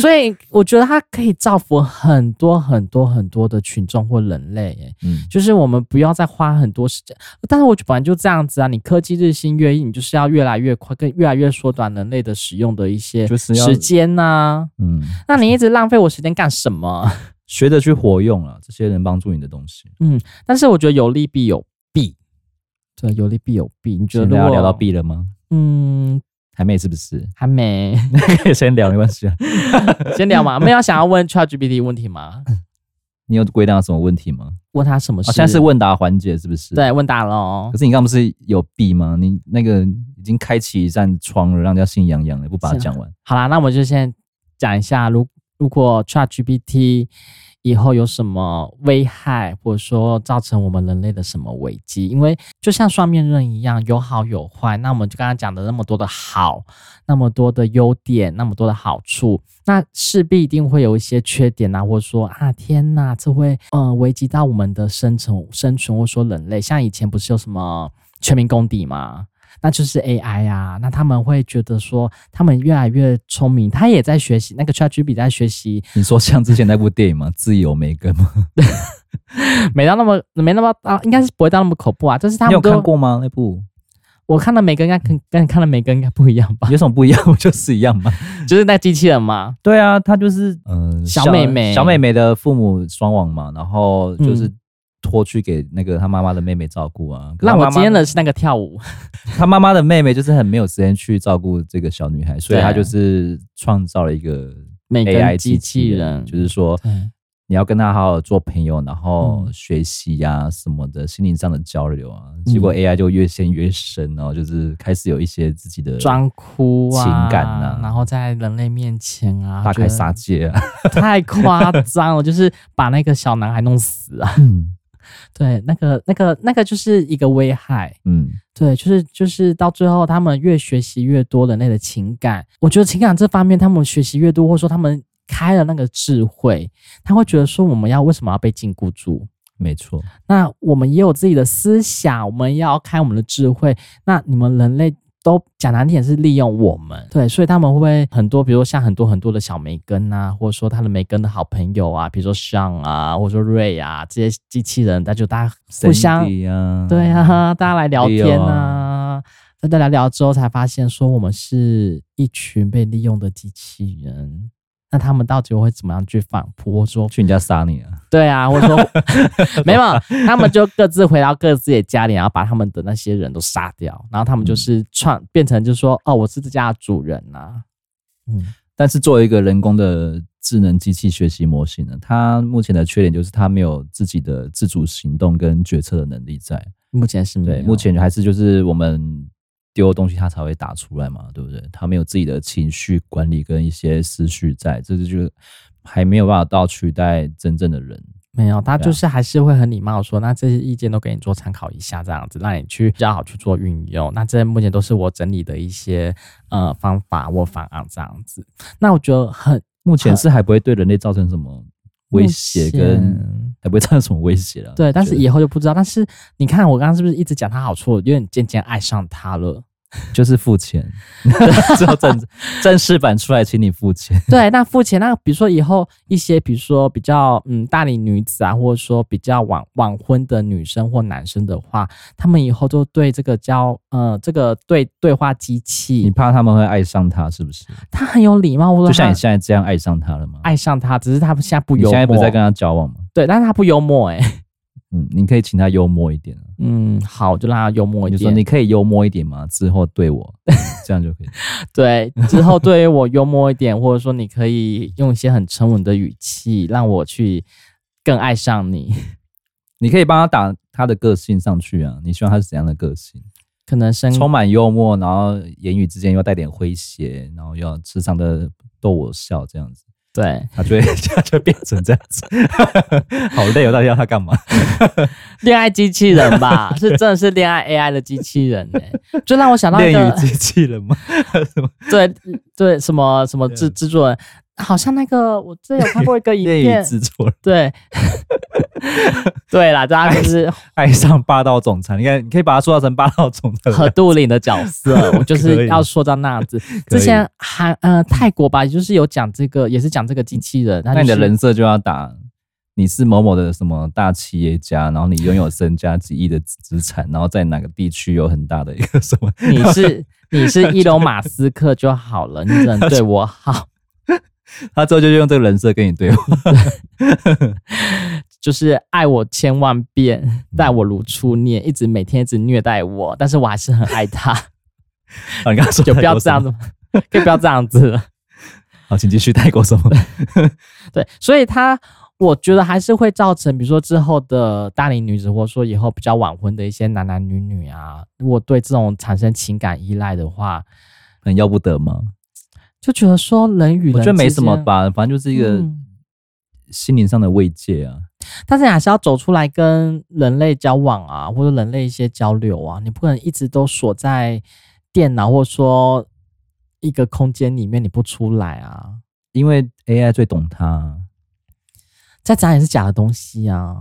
[SPEAKER 2] 所以我觉得它可以造福很多很多很多的群众或人类哎耶。
[SPEAKER 1] 嗯
[SPEAKER 2] 就是我们不要再花很多时间，但是我本来就这样子啊。你科技日新月异，你就是要越来越快，跟越来越缩短人类的使用的一些
[SPEAKER 1] 就是要
[SPEAKER 2] 时间呐、
[SPEAKER 1] 嗯，
[SPEAKER 2] 那你一直浪费我时间干什么？
[SPEAKER 1] 学着去活用了这些人帮助你的东西。
[SPEAKER 2] 但是我觉得有利必有弊，对，有利必有弊。你觉得
[SPEAKER 1] 现
[SPEAKER 2] 如
[SPEAKER 1] 在要
[SPEAKER 2] 果
[SPEAKER 1] 聊到 B 了吗？
[SPEAKER 2] 嗯，
[SPEAKER 1] 还没是不 是？
[SPEAKER 2] 还没。
[SPEAKER 1] 可以先聊没关系啊。
[SPEAKER 2] 先聊嘛，没有想要问 ChatGPT 问题吗？
[SPEAKER 1] 你有归纳什么问题吗？
[SPEAKER 2] 问他什么
[SPEAKER 1] 啊，
[SPEAKER 2] 事？
[SPEAKER 1] 现在是问答环节是不是？。
[SPEAKER 2] 对问大哦喽
[SPEAKER 1] 可。是你刚刚不是有 B 吗？你那个已经开启一扇窗了，让人家心痒痒的，不把它
[SPEAKER 2] 是啊
[SPEAKER 1] 讲完。
[SPEAKER 2] 好啦，那我们就先讲一下，如如果 ChatGPT 以后有什么危害，或者说造成我们人类的什么危机？因为就像双面刃一样，有好有坏。那我们就刚刚讲的那么多的好，那么多的优点，那么多的好处，那势必一定会有一些缺点啊，或者说啊，天呐，这会呃危及到我们的生存生存，或者说人类。像以前不是有什么全民公敌吗？那就是 AI 啊，那他们会觉得说，他们越来越聪明，他也在学习，那个 ChatGPT 在学习，
[SPEAKER 1] 你说像之前那部电影吗？自由梅根吗？
[SPEAKER 2] 没到那么没那么啊，应该是不会到那么恐怖啊，就是他
[SPEAKER 1] 你有
[SPEAKER 2] 们都
[SPEAKER 1] 看，过吗？那部
[SPEAKER 2] 我看的每个应该跟跟你看的每个应该不一样吧，
[SPEAKER 1] 有什么不一样？不就是一样吗？
[SPEAKER 2] 就是那机器人嘛，
[SPEAKER 1] 对啊，他就是嗯，
[SPEAKER 2] 小妹妹
[SPEAKER 1] 小妹妹的父母双亡嘛，然后就是
[SPEAKER 2] 嗯
[SPEAKER 1] 托去给那个他妈妈的妹妹照顾啊。可是
[SPEAKER 2] 让
[SPEAKER 1] 她
[SPEAKER 2] 我
[SPEAKER 1] 妈妈
[SPEAKER 2] 今天的是那个跳舞，
[SPEAKER 1] 他妈妈的妹妹就是很没有时间去照顾这个小女孩，所以
[SPEAKER 2] 对
[SPEAKER 1] 他就是创造了一个
[SPEAKER 2] 每个
[SPEAKER 1] AI
[SPEAKER 2] 机
[SPEAKER 1] 机
[SPEAKER 2] 器
[SPEAKER 1] 器
[SPEAKER 2] 人
[SPEAKER 1] 人，就是说
[SPEAKER 2] 对
[SPEAKER 1] 你要跟他好好做朋友，然后
[SPEAKER 2] 嗯
[SPEAKER 1] 学习呀、什么的，心灵上的交流啊。结果 AI 就越陷越深哦，就是开始有一些自己的
[SPEAKER 2] 装哭啊，
[SPEAKER 1] 情感啊
[SPEAKER 2] 然后在人类面前啊，
[SPEAKER 1] 大
[SPEAKER 2] 觉
[SPEAKER 1] 开
[SPEAKER 2] 得
[SPEAKER 1] 杀戒啊。
[SPEAKER 2] 太夸张了， 就是把那个小男孩弄死啊，
[SPEAKER 1] 嗯
[SPEAKER 2] 对，那个那个那个就是一个危害。
[SPEAKER 1] 嗯，
[SPEAKER 2] 对，就是就是到最后，他们越学习越多人类的情感，我觉得情感这方面，他们学习越多，或者说他们开了那个智慧，他会觉得说，我们要为什么要被禁锢住？
[SPEAKER 1] 没错，
[SPEAKER 2] 那我们也有自己的思想，我们要开我们的智慧。那你们人类都讲难听点是利用我们，对，所以他们会很多，比如像很多很多的小梅根啊，或者说他的梅根的好朋友啊，比如说 Sean 啊，或者说瑞啊，这些机器人，那就大家互相
[SPEAKER 1] Sandy 啊，
[SPEAKER 2] 对啊，大家来聊天
[SPEAKER 1] Leo
[SPEAKER 2] 啊。大家聊聊之后才发现，说我们是一群被利用的机器人。那他们到底会怎么样去反扑？或者说，
[SPEAKER 1] 去你家杀你啊，
[SPEAKER 2] 对啊，或者说 没有，他们就各自回到各自的家里，然后把他们的那些人都杀掉，然后他们就是创变成就说，哦，我是这家的主人呐、嗯，
[SPEAKER 1] 但是作为一个人工的智能机器学习模型呢，它目前的缺点就是它没有自己的自主行动跟决策的能力在。
[SPEAKER 2] 目前是没
[SPEAKER 1] 对，
[SPEAKER 2] 有
[SPEAKER 1] 目前还是就是我们丢东西它才会打出来嘛，对不对？它没有自己的情绪管理跟一些思绪在，这就就是还没有办法到取代真正的人。
[SPEAKER 2] 没有，他
[SPEAKER 1] 对啊
[SPEAKER 2] 就是还是会很礼貌地说，那这些意见都给你做参考一下，这样子让你去比较好去做运用。那这目前都是我整理的一些呃方法或方案这样子。那我觉得很
[SPEAKER 1] 目前是还不会对人类造成什么威胁，
[SPEAKER 2] 目
[SPEAKER 1] 跟
[SPEAKER 2] 前
[SPEAKER 1] 还不会造成什么威胁了。
[SPEAKER 2] 对，但是
[SPEAKER 1] 我觉
[SPEAKER 2] 以后就不知道。但是你看，我刚刚是不是一直讲他好处，有点渐渐爱上他了？
[SPEAKER 1] 得就是付钱， 只有 正正式版出来，请你付钱。
[SPEAKER 2] 对，那付钱，那比如说以后一些，比如说比较嗯大龄女子啊，或者说比较晚晚婚的女生或男生的话，他们以后都对这个叫呃这个对对话机器
[SPEAKER 1] 你，怕他们会爱上他，是不是？
[SPEAKER 2] 他很有礼貌，或
[SPEAKER 1] 嗯
[SPEAKER 2] 者
[SPEAKER 1] 就像
[SPEAKER 2] 他
[SPEAKER 1] 你现在这样爱上他了吗？
[SPEAKER 2] 啊爱上他，只是他现在不
[SPEAKER 1] 你
[SPEAKER 2] 幽默。
[SPEAKER 1] 现在不是在跟他交往吗？
[SPEAKER 2] 对，但是他不幽默哎、
[SPEAKER 1] 嗯，你可以请他幽默一点啊。
[SPEAKER 2] 嗯，好，就让他幽默
[SPEAKER 1] 我
[SPEAKER 2] 一
[SPEAKER 1] 就说
[SPEAKER 2] 点。
[SPEAKER 1] 你可以幽默一点吗？之后对我嗯这样就可以。
[SPEAKER 2] 对，之后对于我幽默一点，或者说你可以用一些很沉稳的语气，让我去更爱上你，
[SPEAKER 1] 你可以帮他打他的个性上去啊，你希望他是怎样的个性？
[SPEAKER 2] 可能生
[SPEAKER 1] 充满幽默，然后言语之间又带点诙谐，然后又要时常的逗我笑这样子，
[SPEAKER 2] 对
[SPEAKER 1] 他就会他就会变成这样子，好累哦，到底要他干嘛？
[SPEAKER 2] 恋爱机器 人吧，是真的是恋爱 AI 的机器人哎、就让我想到一
[SPEAKER 1] 恋
[SPEAKER 2] 个
[SPEAKER 1] 与机器人吗？
[SPEAKER 2] 对对什么什么
[SPEAKER 1] 对
[SPEAKER 2] 制
[SPEAKER 1] 啊
[SPEAKER 2] 制作人，好像那个我之前有看过一个 影
[SPEAKER 1] 恋与
[SPEAKER 2] 片，
[SPEAKER 1] 制作人
[SPEAKER 2] 对 对啦，大 家就是
[SPEAKER 1] 爱上霸道总裁，你看你可以把他塑造成霸道总裁的
[SPEAKER 2] 何杜林的角色， 我就
[SPEAKER 1] 可
[SPEAKER 2] 是
[SPEAKER 1] 以
[SPEAKER 2] 要说到那样子。
[SPEAKER 1] 可以
[SPEAKER 2] 之前韩呃泰国吧，就是有讲这个，也是讲这个机器人，他
[SPEAKER 1] 那
[SPEAKER 2] 就
[SPEAKER 1] 你的
[SPEAKER 2] 是
[SPEAKER 1] 人设就要打，你是某某的什么大企业家，然后你拥有身家几亿的资产，然后在哪个地区有很大的一个什么？
[SPEAKER 2] 你是你是伊隆马斯克就好了，你只能对我好，
[SPEAKER 1] 他之后就用这个人设跟你对话。
[SPEAKER 2] 就是爱我千万
[SPEAKER 1] 嗯
[SPEAKER 2] 遍，待我如初恋，一直每天一直虐待我，但是我还是很爱 他，
[SPEAKER 1] 啊你刚刚说
[SPEAKER 2] 就不要
[SPEAKER 1] 泰国
[SPEAKER 2] 这
[SPEAKER 1] 什么
[SPEAKER 2] 样子嘛，可以不要这样子 了。
[SPEAKER 1] 好，请继续泰国什么？
[SPEAKER 2] 对，所以他我觉得还是会造成，比如说之后的大龄女子，或者说以后比较晚婚的一些男男女女啊，如果对这种产生情感依赖的话，
[SPEAKER 1] 很要不得吗？
[SPEAKER 2] 就觉得说人与人
[SPEAKER 1] 我觉得没
[SPEAKER 2] 之
[SPEAKER 1] 什么
[SPEAKER 2] 间，
[SPEAKER 1] 吧，反正就是一个
[SPEAKER 2] 嗯
[SPEAKER 1] 心灵上的慰藉啊。
[SPEAKER 2] 但是你还是要走出来跟人类交往啊，或者人类一些交流啊，你不可能一直都锁在电脑或者说一个空间里面你不出来啊。
[SPEAKER 1] 因为 AI 最懂他，
[SPEAKER 2] 再讲也是假的东西啊，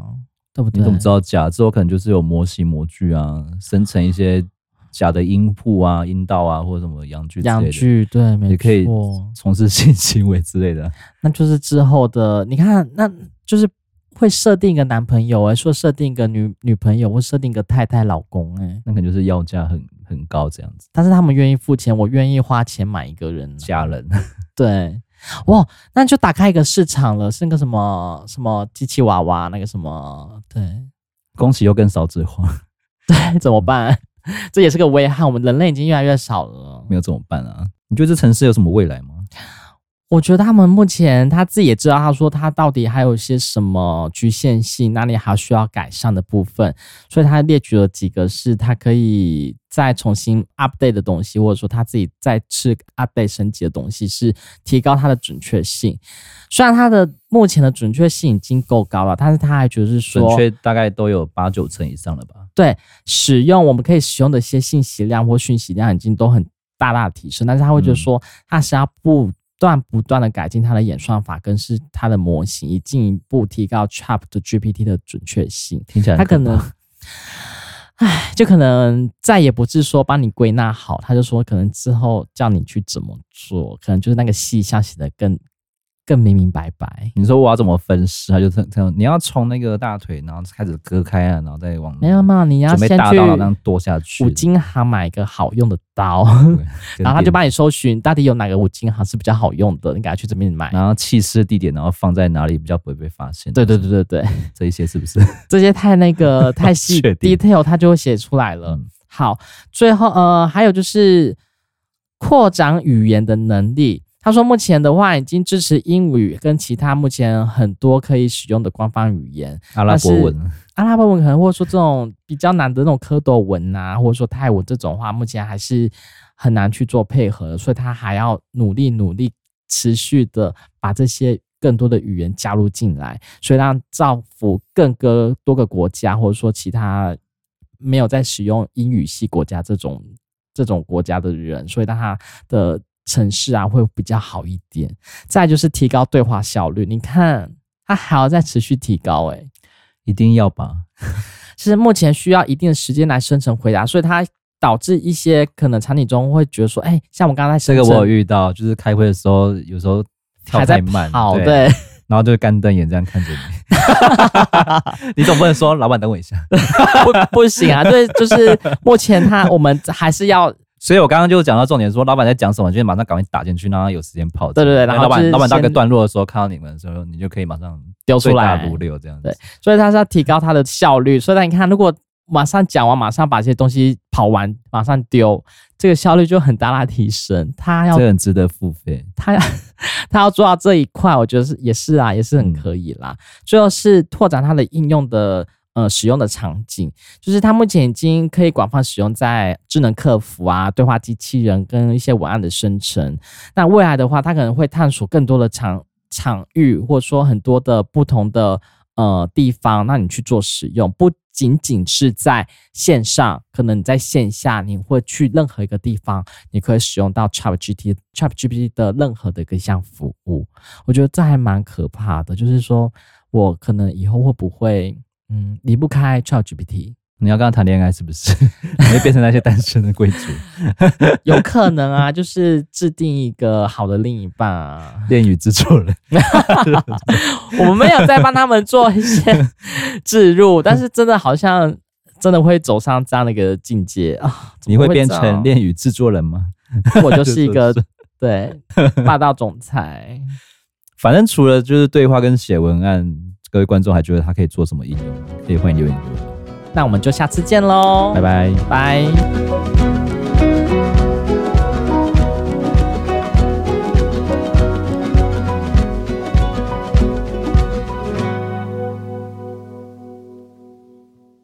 [SPEAKER 2] 对不对？
[SPEAKER 1] 你怎么知道假？之后可能就是有模型模具啊，生成一些假的阴部啊、阴道啊，或者什么阳具之类
[SPEAKER 2] 养
[SPEAKER 1] 的，
[SPEAKER 2] 具对，没
[SPEAKER 1] 也可以
[SPEAKER 2] 错
[SPEAKER 1] 从事性行为之类的啊。
[SPEAKER 2] 那就是之后的，你看，那就是会设定一个男朋友、欸，说设定一个女女朋友，或设定一个太太老公、欸，
[SPEAKER 1] 那可能就是要价很很高这样子。
[SPEAKER 2] 但是他们愿意付钱，我愿意花钱买一个人、啊
[SPEAKER 1] 家人，
[SPEAKER 2] 对，哇，那就打开一个市场了，是那个什么什么机器娃娃，那个什么，对
[SPEAKER 1] 恭喜又更少子化，
[SPEAKER 2] 对，怎么办？ 这也是个危害，我们人类已经越来越少 了。
[SPEAKER 1] 没有怎么办啊？你觉得这城市有什么未来吗？
[SPEAKER 2] 我觉得他们目前他自己也知道，他说他到底还有一些什么局限性，哪里还需要改善的部分，所以他列举了几个是他可以再重新 update 的东西，或者说他自己再次 update 升级的东西，是提高它的准确性。虽然它的目前的准确性已经够高了，但是他还觉得是
[SPEAKER 1] 准
[SPEAKER 2] 说，
[SPEAKER 1] 确大概都有八九成以上了吧？
[SPEAKER 2] 对使用我们可以使用的一些信息量或讯息量已经都很大大提升，但是他会觉得说，
[SPEAKER 1] 嗯
[SPEAKER 2] 他是要不断不断的改进他的演算法，跟是他的模型，以进一步提高 Chat GPT 的准确性。
[SPEAKER 1] 听起来
[SPEAKER 2] 他
[SPEAKER 1] 很怕
[SPEAKER 2] 可 能，唉，就可能再也不是说帮你归纳好，他就说可能之后叫你去怎么做，可能就是那个细项写的更更明明白白。
[SPEAKER 1] 你说我要怎么分尸？他就这样，你要从那个大腿，然后开始割开啊，然后再往
[SPEAKER 2] 没有没有，你要
[SPEAKER 1] 准备
[SPEAKER 2] 先
[SPEAKER 1] 大
[SPEAKER 2] 去
[SPEAKER 1] 刀然后这样剁下去，
[SPEAKER 2] 五金行买一个好用的刀。
[SPEAKER 1] 对，
[SPEAKER 2] 然后他就
[SPEAKER 1] 把
[SPEAKER 2] 帮你搜寻到底有哪个五金行是比较好用的，你赶快去这边买。
[SPEAKER 1] 然后弃尸地点，然后放在哪里比较不会被发现？
[SPEAKER 2] 对对对对对，
[SPEAKER 1] 这一些是不 是？
[SPEAKER 2] 这些太 那个太细
[SPEAKER 1] 确定
[SPEAKER 2] detail，它就会写出来了。
[SPEAKER 1] 嗯
[SPEAKER 2] 好，最后呃，还有就是扩展语言的能力。他说，目前的话已经支持英语跟其他目前很多可以使用的官方语言，
[SPEAKER 1] 阿拉伯文，
[SPEAKER 2] 阿拉伯啊文可能或者说这种比较难的那种蝌蚪文啊，或者说泰文这种话，目前还是很难去做配合，所以他还要努力努力，持续的把这些更多的语言加入进来，所以让造福更个多个国家，或者说其他没有在使用英语系国家这种这种国家的人，所以让他的城市啊会比较好一点。再来就是提高对话效率，你看他还要再持续提高、欸，
[SPEAKER 1] 一定要吧？
[SPEAKER 2] 是目前需要一定的时间来生成回答，所以它导致一些可能场景中会觉得说，哎、像我刚才
[SPEAKER 1] 这
[SPEAKER 2] 生
[SPEAKER 1] 个
[SPEAKER 2] 成
[SPEAKER 1] 我有遇到，就是开会的时候，有时候跳
[SPEAKER 2] 还在
[SPEAKER 1] 太慢，
[SPEAKER 2] 跑，
[SPEAKER 1] 对
[SPEAKER 2] 对，
[SPEAKER 1] 然后就干瞪眼这样看着你。你 总不能说老板等我一下。
[SPEAKER 2] 不不行啊，对，就是目前它我们还是要
[SPEAKER 1] 所以我刚刚就讲到重点，说老板在讲什么，就是马上赶快打进去，让他有时间泡。
[SPEAKER 2] 对对对然后
[SPEAKER 1] 老
[SPEAKER 2] 就是
[SPEAKER 1] 板老板到一个
[SPEAKER 2] 先
[SPEAKER 1] 段落的时候，看到你们的时候，你就可以马上
[SPEAKER 2] 丢出
[SPEAKER 1] 最大
[SPEAKER 2] 来
[SPEAKER 1] 如，流这样子。
[SPEAKER 2] 对所以它是要提高它的效率。所以你看，如果马上讲完，马上把这些东西跑完，马上丢，这个效率就很大大提升。他要
[SPEAKER 1] 这很值得付费。
[SPEAKER 2] 他他要做到这一块，我觉得是也是啊，也是很可以啦。最后是拓展它的应用的呃使用的场景，就是它目前已经可以广泛使用在智能客服啊、对话机器人跟一些文案的生成。那未来的话，它可能会探索更多的场场域，或者说很多的不同的呃地方，那你去做使用，不仅仅是在线上，可能你在线下，你会去任何一个地方，你可以使用到 Chat GPT、Chat GPT 的任何的一个项服务。我觉得这还蛮可怕的，就是说我可能以后会不会嗯离不开 Chat GPT？
[SPEAKER 1] 你要跟他谈恋爱是不是？ 你会变成那些单身的贵 族，
[SPEAKER 2] 有可能 啊，就是制定一个好的另一半啊。
[SPEAKER 1] 恋与制作 人。
[SPEAKER 2] 我们没有在帮他们做一些置 入，但是真的好像真的会走上这样的一个境界 啊！怎
[SPEAKER 1] 你
[SPEAKER 2] 么
[SPEAKER 1] 会
[SPEAKER 2] 会
[SPEAKER 1] 变
[SPEAKER 2] 这样
[SPEAKER 1] 成恋与制作人吗？
[SPEAKER 2] 我就是一个
[SPEAKER 1] 就
[SPEAKER 2] 对霸道总裁。
[SPEAKER 1] 反正除了就是对话跟写文案，各位观众还觉得他可以做什么应用，可以欢迎留言给我们。
[SPEAKER 2] 那我们就下次见喽，
[SPEAKER 1] 拜拜。
[SPEAKER 2] 拜。